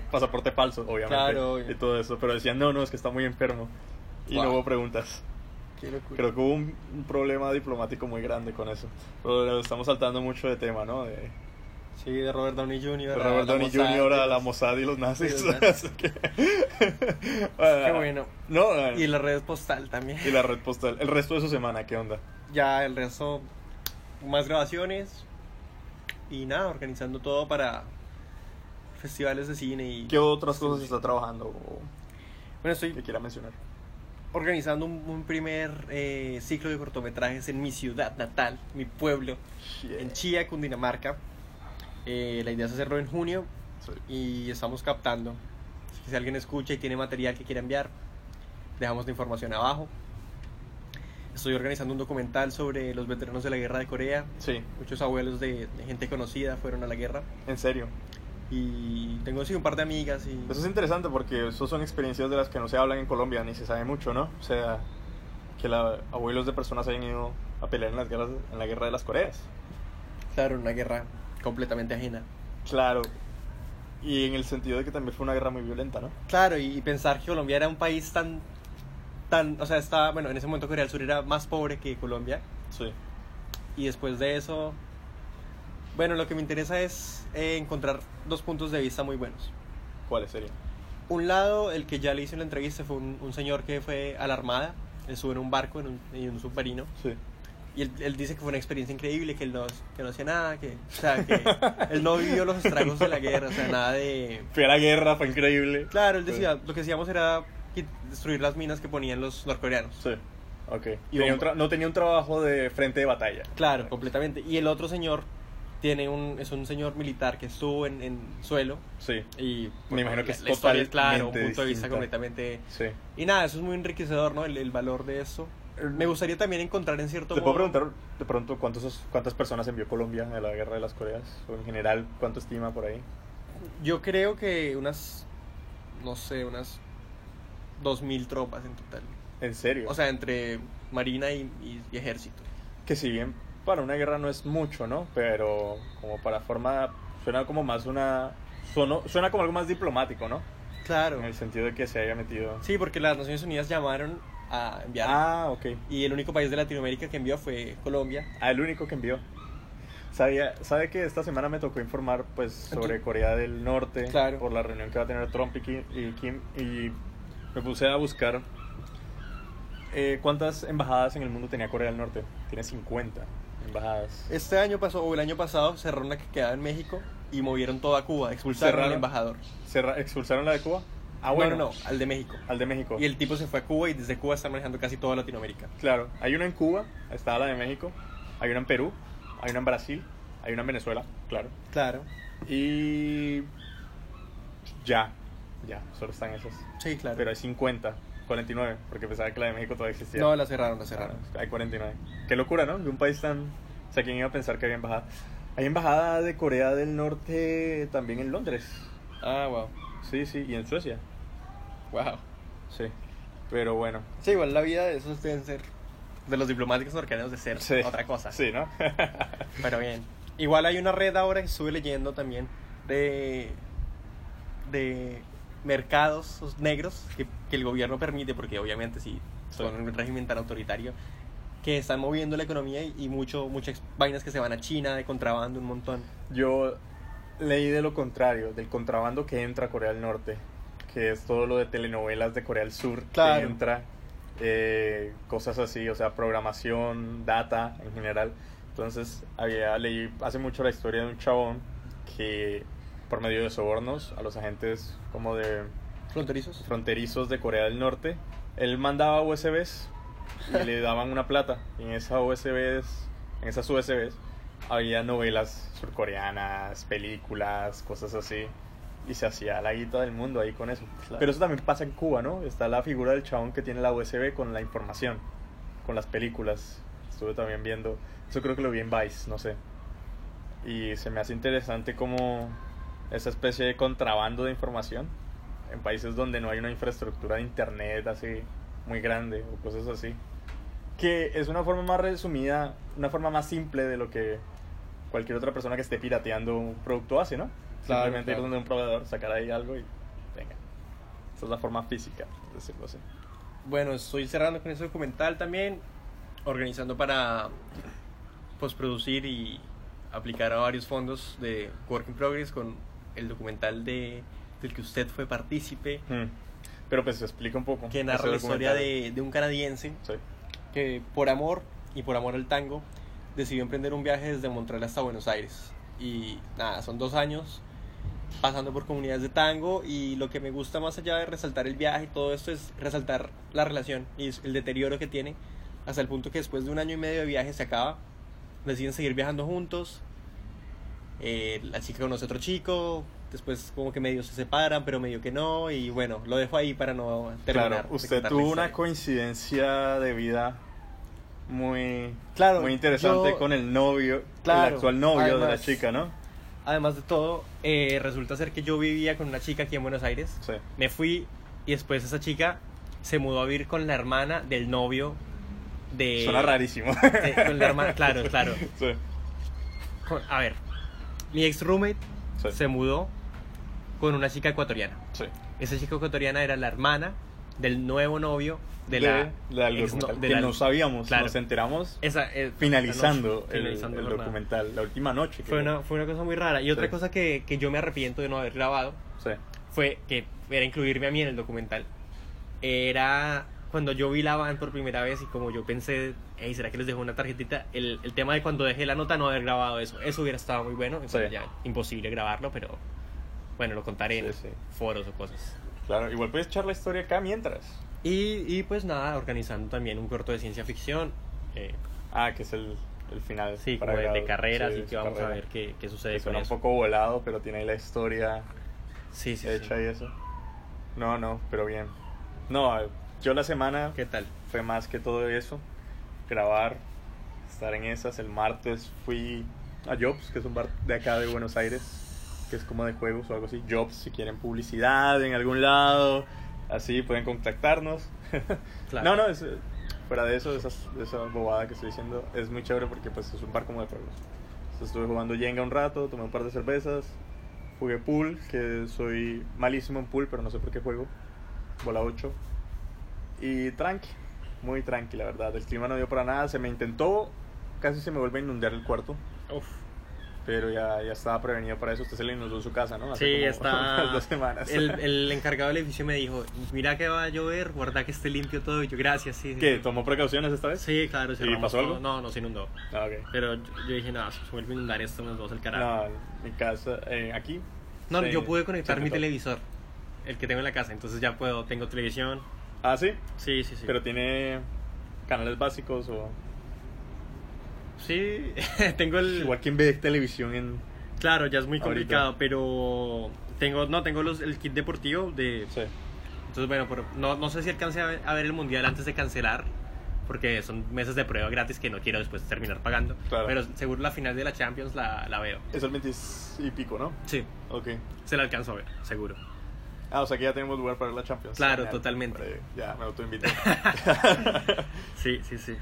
Speaker 1: [laughs] Pasaporte falso, obviamente.
Speaker 2: Claro, obvio.
Speaker 1: Y todo eso, pero decían, no, no, es que está muy enfermo. Y
Speaker 2: Wow.
Speaker 1: no hubo preguntas.
Speaker 2: Qué locura.
Speaker 1: Creo que hubo un, un problema diplomático muy grande con eso. Pero estamos saltando mucho de tema, ¿no? De, de
Speaker 2: Sí, de Robert Downey Jr. a
Speaker 1: Robert
Speaker 2: la
Speaker 1: Downey Jr.
Speaker 2: Mossad,
Speaker 1: a
Speaker 2: de
Speaker 1: la
Speaker 2: los-
Speaker 1: Mossad y los nazis.
Speaker 2: Sí, los
Speaker 1: [laughs]
Speaker 2: nazis.
Speaker 1: Así que-
Speaker 2: Qué bueno.
Speaker 1: No, eh,
Speaker 2: Y la red postal también.
Speaker 1: y la red postal. El resto de su semana, ¿qué onda?
Speaker 2: Ya el resto, más grabaciones y nada, organizando todo para festivales de cine y...
Speaker 1: ¿Qué otras cosas está trabajando o
Speaker 2: Bueno,
Speaker 1: que
Speaker 2: estoy
Speaker 1: quiera mencionar?
Speaker 2: organizando un, un primer eh, ciclo de cortometrajes en mi ciudad natal, mi pueblo, en
Speaker 1: Sí.
Speaker 2: Chía, Cundinamarca. Eh, la idea es hacerlo en junio y estamos captando. Así que si alguien escucha y tiene material que quiera enviar, dejamos la información abajo. Estoy organizando un documental sobre los veteranos de la guerra de Corea.
Speaker 1: Sí,
Speaker 2: Muchos abuelos de, de gente conocida fueron a la guerra.
Speaker 1: en serio.
Speaker 2: Y tengo sí un par de amigas y...
Speaker 1: Eso es interesante porque eso son experiencias de las que no se hablan en Colombia ni se sabe mucho, ¿no? O sea, que la- abuelos de personas hayan ido a pelear en, las guerras, en la guerra de las Coreas.
Speaker 2: Claro, una guerra completamente ajena.
Speaker 1: Claro. Y en el sentido de que también fue una guerra muy violenta, ¿no?
Speaker 2: Claro, y pensar que Colombia era un país tan... tan o sea, estaba... Bueno, en ese momento Corea del Sur era más pobre que Colombia.
Speaker 1: Sí.
Speaker 2: Y después de eso... Bueno, lo que me interesa es eh, encontrar dos puntos de vista muy buenos.
Speaker 1: ¿Cuáles serían?
Speaker 2: Un lado, el que ya le hice en la entrevista, fue un, un señor que fue a la Armada. Él sube en un barco, en un, en un submarino.
Speaker 1: Sí.
Speaker 2: Y él, él dice que fue una experiencia increíble, que él no, que no hacía nada, que, o
Speaker 1: [laughs]
Speaker 2: sea, que él no vivió los estragos de la guerra, o sea, nada de...
Speaker 1: Fue a la guerra, fue increíble.
Speaker 2: Claro, él decía, lo que hacíamos era qui- destruir las minas que ponían los norcoreanos.
Speaker 1: Sí. Ok.
Speaker 2: Y
Speaker 1: Tenía
Speaker 2: bomba.
Speaker 1: un tra- no tenía un trabajo de frente de batalla.
Speaker 2: Claro, completamente. Y el otro señor tiene un, es un señor militar que estuvo en, en suelo
Speaker 1: Sí.
Speaker 2: y...
Speaker 1: Me imagino que
Speaker 2: la-
Speaker 1: es
Speaker 2: la historia, claro, un punto
Speaker 1: totalmente
Speaker 2: de vista
Speaker 1: distinta.
Speaker 2: completamente...
Speaker 1: Sí.
Speaker 2: Y nada, eso es muy enriquecedor, ¿no? El, el valor de eso. Me gustaría también encontrar en cierto
Speaker 1: Eh, ¿Te puedo
Speaker 2: modo-
Speaker 1: preguntar de pronto cuántos, cuántas personas envió Colombia a la guerra de las Coreas? O en general, ¿cuánto estima por ahí?
Speaker 2: Yo creo que unas, no sé, unas 2.000 tropas en total.
Speaker 1: En serio.
Speaker 2: O sea, entre marina y, y- y ejército.
Speaker 1: que si bien para una guerra no es mucho, ¿no? Pero como para forma, suena como más una sonó- suena como algo más diplomático, ¿no?
Speaker 2: Claro.
Speaker 1: En el sentido de que se haya metido.
Speaker 2: Sí, porque las Naciones Unidas llamaron a enviar.
Speaker 1: Ah, ok.
Speaker 2: Y el único país de Latinoamérica que envió fue Colombia.
Speaker 1: Ah, el único que envió. Sabía, sabe que esta semana me tocó informar pues sobre
Speaker 2: Entonces-
Speaker 1: Corea del Norte
Speaker 2: Claro.
Speaker 1: por la reunión que va a tener Trump y Kim y, Kim, y me puse a buscar eh, cuántas embajadas en el mundo tenía Corea del Norte. Tiene 50 embajadas.
Speaker 2: Este año pasó, o el año pasado, cerró una que quedaba en México y movieron toda a Cuba, expulsaron
Speaker 1: Cerraron.
Speaker 2: al embajador.
Speaker 1: Cerra- ¿Expulsaron la de Cuba? Ah,
Speaker 2: No,
Speaker 1: bueno,
Speaker 2: no, no, al de México.
Speaker 1: al de México.
Speaker 2: Y el tipo se fue a Cuba y desde Cuba está manejando casi toda Latinoamérica.
Speaker 1: Claro, hay una en Cuba, está la de México, hay una en Perú, hay una en Brasil, hay una en Venezuela, claro.
Speaker 2: Claro.
Speaker 1: Y ya, ya, solo están esas.
Speaker 2: Sí, claro.
Speaker 1: Pero hay 50, 49, porque pensaba que la de México todavía existía.
Speaker 2: No, la cerraron, la cerraron.
Speaker 1: Ah, Hay 49. Qué locura, ¿no? De un país tan... O sea, ¿quién iba a pensar que había embajada? Hay embajada de Corea del Norte también en Londres.
Speaker 2: Ah, wow.
Speaker 1: Sí, sí, y en Suecia.
Speaker 2: Wow.
Speaker 1: Sí. Pero bueno.
Speaker 2: Sí, igual la vida de esos deben ser. De los diplomáticos norcoreanos de ser
Speaker 1: Sí.
Speaker 2: otra cosa.
Speaker 1: Sí, ¿no?
Speaker 2: Pero bien. Igual hay una red ahora que estuve leyendo también de. de mercados negros que, que el gobierno permite, porque obviamente si son
Speaker 1: Sí.
Speaker 2: un régimen tan autoritario, que están moviendo la economía y, y mucho, muchas vainas que se van a China de contrabando, un montón.
Speaker 1: Yo leí de lo contrario, del contrabando que entra a Corea del Norte, que es todo lo de telenovelas de Corea del Sur
Speaker 2: Claro.
Speaker 1: que entra, eh, cosas así, o sea, programación, data en general. Entonces, había leí hace mucho la historia de un chabón que por medio de sobornos a los agentes como de
Speaker 2: ¿Fronterizos?
Speaker 1: fronterizos de Corea del Norte, él mandaba USBs y le daban una plata. Y en esas USBs, en esas USBs había novelas surcoreanas, películas, cosas así. Y se hacía la guita del mundo ahí con eso. Pero eso también pasa en Cuba, ¿no? Está la figura del chabón que tiene la USB con la información, con las películas. Estuve también viendo, eso creo que lo vi en Vice, no sé. Y se me hace interesante como esa especie de contrabando de información en países donde no hay una infraestructura de internet así muy grande o cosas así. Que es una forma más resumida, una forma más simple de lo que cualquier otra persona que esté pirateando un producto hace, ¿no?
Speaker 2: Claro,
Speaker 1: Simplemente ir
Speaker 2: claro.
Speaker 1: donde un proveedor, sacar ahí algo y venga. Esa es la forma física, por decirlo así.
Speaker 2: Bueno, estoy cerrando con ese documental también, organizando para postproducir y aplicar a varios fondos de Work in Progress con el documental de, del que usted fue partícipe,
Speaker 1: Hmm. Pero pues explica un poco.
Speaker 2: que narra
Speaker 1: ese
Speaker 2: la historia
Speaker 1: documental.
Speaker 2: de, de un canadiense
Speaker 1: Sí.
Speaker 2: que por amor y por amor al tango decidió emprender un viaje desde Montreal hasta Buenos Aires. Y nada, son dos años pasando por comunidades de tango y lo que me gusta más allá de resaltar el viaje y todo esto es resaltar la relación y es- el deterioro que tiene hasta el punto que después de un año y medio de viaje se acaba, deciden seguir viajando juntos, eh, la chica conoce a otro chico, después como que medio se separan pero medio que no y bueno, lo dejo ahí para no terminar.
Speaker 1: Claro,
Speaker 2: de
Speaker 1: usted
Speaker 2: contar la
Speaker 1: tuvo una
Speaker 2: historia.
Speaker 1: coincidencia de vida muy,
Speaker 2: Claro,
Speaker 1: muy interesante
Speaker 2: yo-
Speaker 1: con el novio, el
Speaker 2: Claro,
Speaker 1: actual novio de la
Speaker 2: además-
Speaker 1: chica, ¿no?
Speaker 2: Además de todo, eh, resulta ser que yo vivía con una chica aquí en Buenos Aires.
Speaker 1: Sí.
Speaker 2: Me fui y después esa chica se mudó a vivir con la hermana del novio de...
Speaker 1: Suena rarísimo. [laughs]
Speaker 2: de- con la hermana, claro, claro.
Speaker 1: sí,
Speaker 2: Con- a ver, mi ex roommate
Speaker 1: sí,
Speaker 2: se mudó con una chica ecuatoriana.
Speaker 1: sí.
Speaker 2: Esa chica ecuatoriana era la hermana del nuevo novio de,
Speaker 1: De-
Speaker 2: la...
Speaker 1: del
Speaker 2: ex no-
Speaker 1: documental,
Speaker 2: de
Speaker 1: que
Speaker 2: la-
Speaker 1: no sabíamos,
Speaker 2: claro.
Speaker 1: nos enteramos
Speaker 2: Esa, eh,
Speaker 1: finalizando,
Speaker 2: noche,
Speaker 1: el,
Speaker 2: finalizando
Speaker 1: el
Speaker 2: la jornada.
Speaker 1: documental, la última noche. que-
Speaker 2: Fue una, fue una cosa muy rara. Y otra
Speaker 1: Sí.
Speaker 2: cosa que, que yo me arrepiento de no haber grabado
Speaker 1: Sí,
Speaker 2: fue que era incluirme a mí en el documental. Era cuando yo vi la van por primera vez y como yo pensé, hey, ¿será que les dejo una tarjetita? El, el tema de cuando dejé la nota no haber grabado eso, eso hubiera estado muy bueno. Entonces
Speaker 1: Sí.
Speaker 2: ya imposible grabarlo, pero bueno, lo contaré en
Speaker 1: Sí, sí.
Speaker 2: foros o cosas.
Speaker 1: claro. Igual puedes echar la historia acá mientras.
Speaker 2: Y, y pues nada, organizando también un corto de ciencia ficción. eh,
Speaker 1: Ah, que es el, el final.
Speaker 2: sí,
Speaker 1: para
Speaker 2: como de, de
Speaker 1: grado.
Speaker 2: carreras
Speaker 1: Sí,
Speaker 2: y
Speaker 1: es
Speaker 2: que vamos
Speaker 1: carrera.
Speaker 2: a ver qué, qué sucede
Speaker 1: Que
Speaker 2: con
Speaker 1: suena un
Speaker 2: eso.
Speaker 1: poco volado, pero tiene ahí la historia
Speaker 2: Sí, sí, sí.
Speaker 1: hecha y eso. No, no, pero bien. No, yo la semana
Speaker 2: ¿Qué tal?
Speaker 1: fue más que todo eso. Grabar, estar en esas. El martes fui a Jobs, que es un bar de acá de Buenos Aires, que es como de juegos o algo así. Jobs, si quieren publicidad en algún lado, así pueden contactarnos. [laughs]
Speaker 2: Claro.
Speaker 1: No, no, es, eh, fuera de eso, de, esas- de esa bobada que estoy diciendo, es muy chévere porque pues es un bar como de juegos. Entonces, estuve jugando Jenga un rato, tomé un par de cervezas, Jugué pool, que soy malísimo en pool, pero no sé por qué juego. Bola 8. Y tranqui, muy tranqui, la verdad. El clima no dio para nada. Se me intentó, casi se me vuelve a inundar el cuarto.
Speaker 2: Uf.
Speaker 1: Pero ya, ya estaba prevenido para eso. Usted se le inundó su casa, ¿no? Hace
Speaker 2: Sí,
Speaker 1: como
Speaker 2: está.
Speaker 1: [laughs] unas dos semanas.
Speaker 2: El, el encargado del edificio me dijo: Mira que va a llover, guarda que esté limpio todo. Y yo, gracias, sí. sí,
Speaker 1: ¿Qué?
Speaker 2: sí".
Speaker 1: ¿Tomó precauciones esta vez?
Speaker 2: Sí, claro, cerramos
Speaker 1: pasó algo?
Speaker 2: todo. No, no se inundó.
Speaker 1: Ah, ok.
Speaker 2: Pero yo, yo dije: Nada, se vuelve a inundar esto, nos vamos al carajo.
Speaker 1: No, mi casa, eh, aquí.
Speaker 2: No,
Speaker 1: se-
Speaker 2: yo pude conectar
Speaker 1: se
Speaker 2: mi
Speaker 1: inundó.
Speaker 2: televisor, el que tengo en la casa. Entonces ya puedo, tengo televisión.
Speaker 1: Ah, ¿sí?
Speaker 2: Sí, sí, sí.
Speaker 1: Pero tiene canales básicos o.
Speaker 2: Sí, [laughs] tengo el.
Speaker 1: Igual quien ve televisión en.
Speaker 2: Claro, ya es muy
Speaker 1: Ahorita.
Speaker 2: complicado, pero tengo, no, tengo los, el kit deportivo de.
Speaker 1: Sí.
Speaker 2: Entonces, bueno, por- no, no sé si alcancé a ver, a ver el mundial antes de cancelar, porque son meses de prueba gratis que no quiero después terminar pagando.
Speaker 1: Claro.
Speaker 2: Pero seguro la final de la Champions la, la veo.
Speaker 1: Es el 20 y pico, ¿no?
Speaker 2: Sí,
Speaker 1: Ok.
Speaker 2: se la alcanzo a ver, seguro.
Speaker 1: Ah, o sea que ya tenemos lugar para ver la Champions.
Speaker 2: Claro,
Speaker 1: Genial.
Speaker 2: totalmente.
Speaker 1: Hombre, Ya, me autoinvité.
Speaker 2: Sí, sí, sí.
Speaker 1: [laughs]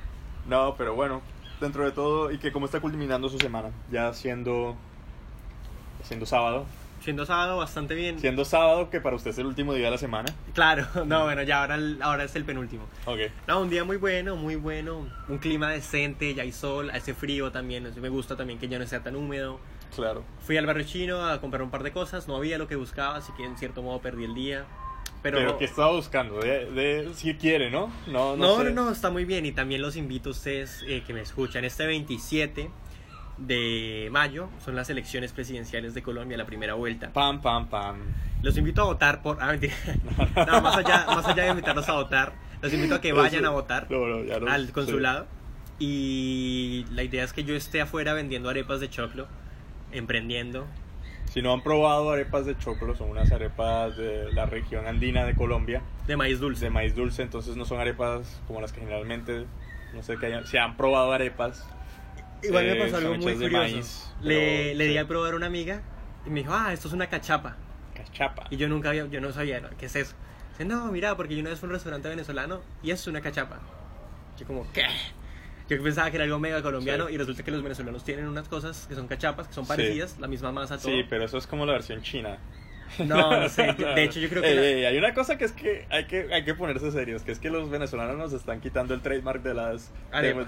Speaker 1: no, pero bueno, dentro de todo, y que como está culminando su semana, ya siendo. Siendo sábado.
Speaker 2: Siendo sábado bastante bien.
Speaker 1: Siendo sábado, que para usted es el último día de la semana.
Speaker 2: Claro, [laughs] no, bueno, ya ahora, el- ahora es el penúltimo.
Speaker 1: Ok.
Speaker 2: No, un día muy bueno, muy bueno. Un clima decente, ya hay sol, hace frío también. eso Me gusta también que ya no sea tan húmedo.
Speaker 1: Claro.
Speaker 2: Fui al barrio chino a comprar un par de cosas, no había lo que buscaba, así que en cierto modo perdí el día. Pero,
Speaker 1: Pero, que estaba buscando, de, de- si quiere, ¿no? No, no,
Speaker 2: no,
Speaker 1: sé.
Speaker 2: no, no, está muy bien. Y también los invito a ustedes eh, que me escuchan. Este 27 de mayo son las elecciones presidenciales de Colombia, la primera vuelta.
Speaker 1: Pam, pam, pam.
Speaker 2: Los invito a votar por...
Speaker 1: [laughs]
Speaker 2: Ah, mentira. No, más allá, más allá de invitarlos a votar, los invito a que vayan a votar
Speaker 1: No, no, ya no.
Speaker 2: al
Speaker 1: Sí.
Speaker 2: consulado. Y la idea es que yo esté afuera vendiendo arepas de choclo, emprendiendo.
Speaker 1: Si no han probado arepas de choclo, son unas arepas de la región andina de Colombia,
Speaker 2: De maíz dulce.
Speaker 1: de maíz dulce, entonces no son arepas como las que generalmente, no sé, que hayan, si han probado arepas.
Speaker 2: Igual me
Speaker 1: Eh,
Speaker 2: pasó algo
Speaker 1: son
Speaker 2: muy
Speaker 1: hechas de
Speaker 2: curioso.
Speaker 1: maíz,
Speaker 2: le
Speaker 1: pero-
Speaker 2: le di
Speaker 1: sí.
Speaker 2: a probar a una amiga y me dijo, ah, esto es una cachapa.
Speaker 1: Cachapa.
Speaker 2: Y yo nunca había, yo no sabía, ¿no? ¿qué es eso? Dice, no, mira, porque yo una vez fui a un restaurante venezolano y eso es una cachapa. Yo como, ¿qué? Yo pensaba que era algo mega colombiano
Speaker 1: Sí.
Speaker 2: y resulta que los venezolanos tienen unas cosas que son cachapas, que son
Speaker 1: Sí.
Speaker 2: parecidas, la misma masa, todo.
Speaker 1: Sí, pero eso es como la versión china.
Speaker 2: No, no
Speaker 1: [laughs]
Speaker 2: sé. yo- De hecho, yo creo que...
Speaker 1: Ey,
Speaker 2: la-
Speaker 1: ey, hay una cosa que es que hay, que hay que ponerse serios, que es que los venezolanos nos están quitando el trademark de las
Speaker 2: Arepas.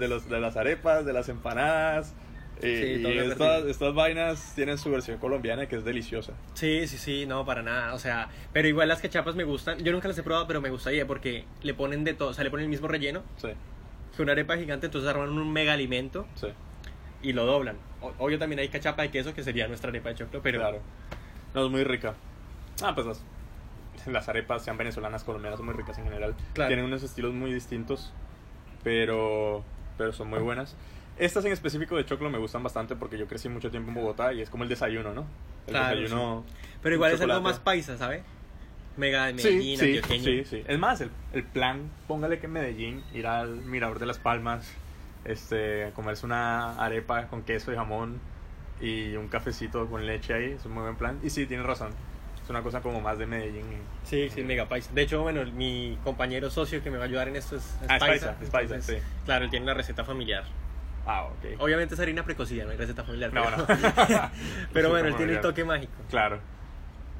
Speaker 1: arepas, de, los- de las arepas, de las empanadas. eh,
Speaker 2: Sí,
Speaker 1: y
Speaker 2: todo lo
Speaker 1: estas,
Speaker 2: perdido.
Speaker 1: estas vainas tienen su versión colombiana que es deliciosa.
Speaker 2: Sí, sí, sí, no, para nada. O sea, pero igual las cachapas me gustan. Yo nunca las he probado, pero me gustaría porque le ponen de todo. O sea, le ponen el mismo relleno
Speaker 1: Sí,
Speaker 2: que una arepa gigante, entonces arman un mega alimento
Speaker 1: sí.
Speaker 2: y lo doblan. O- Obvio también hay cachapa de queso, que sería nuestra arepa de choclo, pero...
Speaker 1: Claro. No, es muy rica. Ah, pues las, las arepas, sean venezolanas, colombianas, son muy ricas en general.
Speaker 2: Claro.
Speaker 1: Tienen unos estilos muy distintos, pero, pero son muy buenas. Estas en específico de choclo me gustan bastante porque yo crecí mucho tiempo en Bogotá y es como el desayuno, ¿no? El
Speaker 2: Claro,
Speaker 1: desayuno...
Speaker 2: Pero igual es algo
Speaker 1: Chocolate.
Speaker 2: más paisa, ¿sabe? Mega de
Speaker 1: Sí,
Speaker 2: Medellín,
Speaker 1: sí,
Speaker 2: antioqueño.
Speaker 1: sí, sí. Es más, el, el plan, póngale que en Medellín, ir al Mirador de las Palmas, este, comerse una arepa con queso y jamón y un cafecito con leche ahí, es un muy buen plan. Y sí, tienes razón, es una cosa como más de Medellín.
Speaker 2: Sí, sí, mega paisa. De hecho, bueno, mi compañero socio que me va a ayudar en esto es, es
Speaker 1: Ah, es paisa, es paisa,
Speaker 2: entonces,
Speaker 1: sí.
Speaker 2: Claro, él tiene la receta familiar.
Speaker 1: Ah, ok.
Speaker 2: Obviamente es harina precocida, no hay receta familiar.
Speaker 1: No,
Speaker 2: pero,
Speaker 1: no.
Speaker 2: [laughs]
Speaker 1: [laughs]
Speaker 2: pero bueno, él
Speaker 1: Familiar.
Speaker 2: tiene el toque mágico.
Speaker 1: Claro.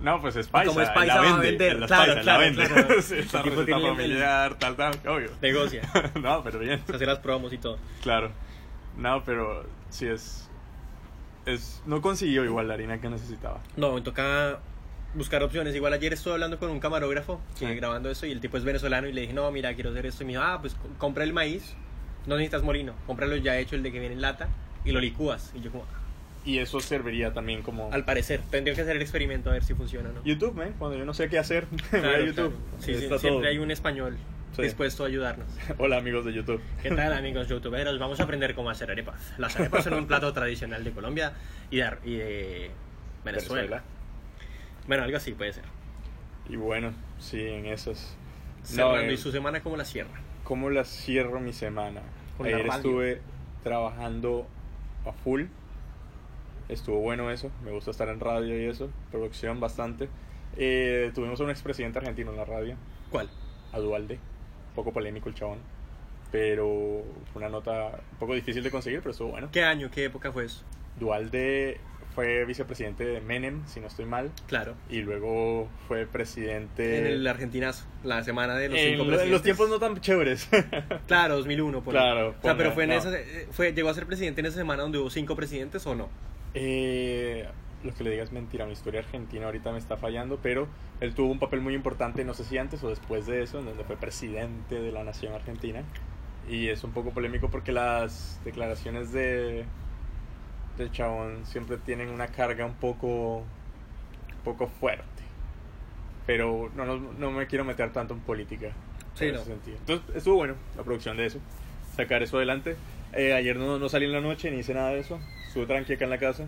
Speaker 1: No, pues es paisa,
Speaker 2: como es
Speaker 1: él
Speaker 2: paisa,
Speaker 1: la
Speaker 2: va a
Speaker 1: vende,
Speaker 2: vender,
Speaker 1: él las
Speaker 2: claro,
Speaker 1: paisa, la
Speaker 2: claro,
Speaker 1: vende. [laughs]
Speaker 2: claro.
Speaker 1: Sí, esta
Speaker 2: El tipo
Speaker 1: receta
Speaker 2: tiene el-
Speaker 1: familiar, tal, tal, obvio. [laughs]
Speaker 2: Negocia.
Speaker 1: no, pero bien.
Speaker 2: O sea, se las probamos y todo.
Speaker 1: Claro. No, pero sí es. es no consiguió igual la harina que necesitaba.
Speaker 2: No, me toca buscar opciones. Igual ayer estuve hablando con un camarógrafo que
Speaker 1: Sí.
Speaker 2: grabando eso y el tipo es venezolano y le dije, no, mira, quiero hacer esto. Y me dijo, ah, pues co- compra el maíz, no necesitas molino, cómpralo ya hecho, el de que viene en lata, y lo licúas. Y yo como,
Speaker 1: Y eso serviría también como.
Speaker 2: al parecer, tendría que hacer el experimento a ver si funciona o no.
Speaker 1: YouTube, man, cuando yo no sé qué hacer, [laughs] voy
Speaker 2: Claro,
Speaker 1: a YouTube.
Speaker 2: claro.
Speaker 1: Ahí
Speaker 2: Sí, sí,
Speaker 1: está
Speaker 2: siempre
Speaker 1: todo.
Speaker 2: hay un español
Speaker 1: Sí.
Speaker 2: dispuesto a ayudarnos.
Speaker 1: Hola, amigos de YouTube.
Speaker 2: ¿Qué tal, amigos youtuberos? Vamos a aprender cómo hacer arepas. Las arepas son un plato tradicional de Colombia y de, y de Venezuela. Bueno, algo así puede ser.
Speaker 1: Y bueno, sí, en esas. No,
Speaker 2: Cerrando,
Speaker 1: eh,
Speaker 2: y su semana como la cierra.
Speaker 1: ¿Cómo la cierro mi semana?
Speaker 2: Con la
Speaker 1: Ayer
Speaker 2: radio.
Speaker 1: estuve trabajando a full. Estuvo bueno eso. Me gusta estar en radio y eso. Producción bastante. Eh, tuvimos a un expresidente argentino en la radio.
Speaker 2: ¿Cuál?
Speaker 1: a Dualde. Poco polémico el chabón. Pero fue una nota un poco difícil de conseguir, pero estuvo bueno.
Speaker 2: ¿Qué año, qué época fue eso?
Speaker 1: Dualde fue vicepresidente de Menem, si no estoy mal,
Speaker 3: Claro.
Speaker 1: y luego fue presidente...
Speaker 2: En el argentinazo, la semana de los
Speaker 1: Eh, en
Speaker 2: cinco
Speaker 1: lo- en
Speaker 2: presidentes.
Speaker 1: los tiempos no tan chéveres. [laughs]
Speaker 2: Claro, 2001. Por
Speaker 1: Claro,
Speaker 2: O sea,
Speaker 1: ponle,
Speaker 2: pero fue en
Speaker 1: no.
Speaker 2: esa, eh, fue, ¿llegó a ser presidente en esa semana donde hubo cinco presidentes o no?
Speaker 1: Eh, lo que le digas es mentira, mi historia argentina ahorita me está fallando, pero él tuvo un papel muy importante, no sé si antes o después de eso, en donde fue presidente de la nación argentina. Y es un poco polémico porque las declaraciones de del chabón siempre tienen una carga un poco, un poco fuerte. Pero no, nos- no me quiero meter tanto en política.
Speaker 2: Sí,
Speaker 1: en
Speaker 2: no.
Speaker 1: ese sentido. Entonces estuvo bueno la producción de eso, sacar eso adelante. Eh, ayer no, no salí en la noche ni hice nada de eso. Estuve tranqui acá en la casa.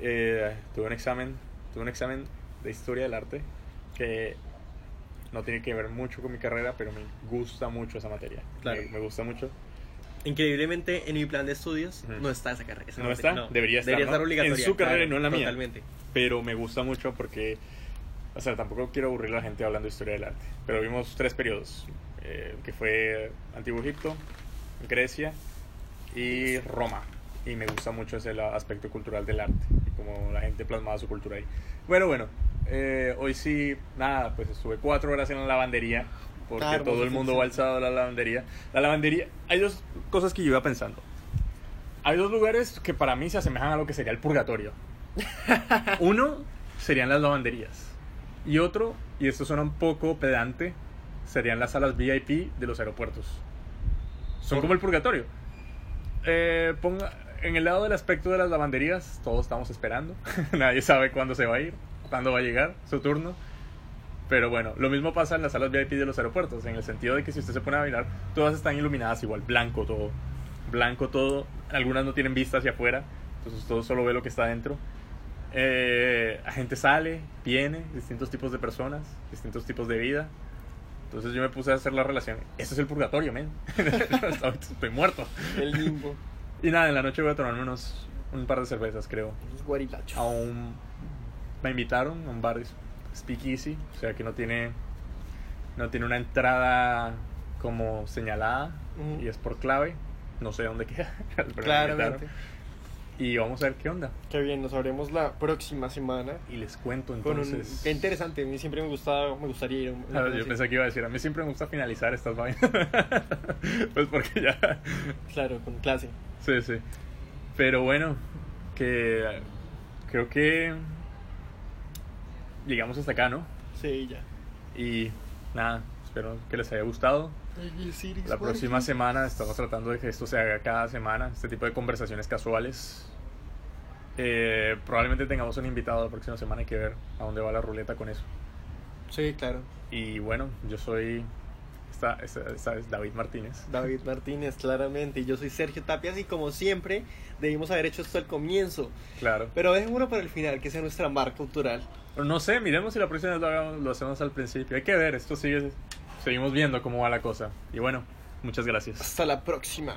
Speaker 1: Eh, tuve un examen, tuve un examen de historia del arte que no tiene que ver mucho con mi carrera, pero me gusta mucho esa materia.
Speaker 3: Claro.
Speaker 1: Me, me gusta mucho.
Speaker 3: Increíblemente, en mi plan de estudios
Speaker 1: Ujú.
Speaker 3: no está esa carrera. esa
Speaker 1: ¿No
Speaker 3: materia,
Speaker 1: está? Debería estar, ¿no?
Speaker 3: obligatoria.
Speaker 1: En su carrera y no en la mía.
Speaker 3: Totalmente.
Speaker 1: Pero me gusta mucho porque, o sea, tampoco quiero aburrir a la gente hablando de historia del arte. Pero vimos tres periodos, eh, que fue Antiguo Egipto, Grecia y Roma. Y me gusta mucho ese la- aspecto cultural del arte y cómo la gente plasmaba su cultura ahí. Bueno, bueno, eh, hoy sí, nada, pues estuve cuatro horas en la lavandería, porque
Speaker 2: Ah, hermoso
Speaker 1: todo el
Speaker 2: fin de
Speaker 1: mundo va al
Speaker 2: semana.
Speaker 1: sábado a la lavandería. La lavandería, hay dos cosas que yo iba pensando. Hay dos lugares que para mí se asemejan a lo que sería el purgatorio. Uno serían las lavanderías. Y otro, y esto suena un poco pedante, serían las salas VIP de los aeropuertos. Son como el purgatorio. Eh, ponga, en el lado del aspecto de las lavanderías, todos estamos esperando. [laughs] Nadie sabe cuándo se va a ir, cuándo va a llegar su turno. Pero bueno, lo mismo pasa en las salas VIP de los aeropuertos, en el sentido de que si usted se pone a mirar, todas están iluminadas igual, blanco todo. Blanco todo, algunas no tienen vista hacia afuera, entonces todo solo ve lo que está adentro. Eh, la gente sale, viene, distintos tipos de personas, distintos tipos de vida. Entonces yo me puse a hacer la relación. Esto es el purgatorio, men. [laughs] Estoy muerto.
Speaker 2: El limbo.
Speaker 1: Y nada, en la noche voy a tomarme unos, un par de cervezas, creo.
Speaker 2: Los guarilachos.
Speaker 1: A un- me invitaron a un bar speakeasy, o sea que no tiene, no tiene una entrada como señalada
Speaker 2: Ujú.
Speaker 1: y es por clave. No sé dónde queda. [laughs] pero me
Speaker 2: Claramente.
Speaker 1: invitaron. Y vamos a ver qué onda.
Speaker 4: Qué bien, nos sabremos la próxima semana.
Speaker 1: Y les cuento
Speaker 4: Con
Speaker 1: entonces.
Speaker 4: un, qué interesante, a mí siempre me, gustaba, me gustaría ir a un...
Speaker 1: Ah, yo pensé que iba a decir, a mí siempre me gusta finalizar estas vainas. [laughs] pues porque ya.
Speaker 4: Claro, con clase.
Speaker 1: Sí, sí. Pero bueno, que. Creo que. Llegamos hasta acá, ¿no?
Speaker 4: Sí, ya.
Speaker 1: Y nada, espero que les haya gustado. La próxima semana estamos tratando de que esto se haga cada semana, este tipo de conversaciones casuales. Eh, probablemente tengamos un invitado la próxima semana, hay que ver a dónde va la ruleta con eso.
Speaker 2: Sí, claro.
Speaker 1: Y bueno, yo soy. Esta, esta- esta es David Martínez.
Speaker 2: David Martínez, claramente. Y yo soy Sergio Tapias y como siempre, debimos haber hecho esto al comienzo.
Speaker 1: Claro.
Speaker 2: Pero dejémoslo para el final, que sea nuestra marca cultural.
Speaker 1: Pero no sé, miremos si la próxima vez lo, hagamos- lo hacemos al principio. Hay que ver, esto sigue. Seguimos viendo cómo va la cosa. Y bueno, muchas gracias.
Speaker 2: Hasta la próxima.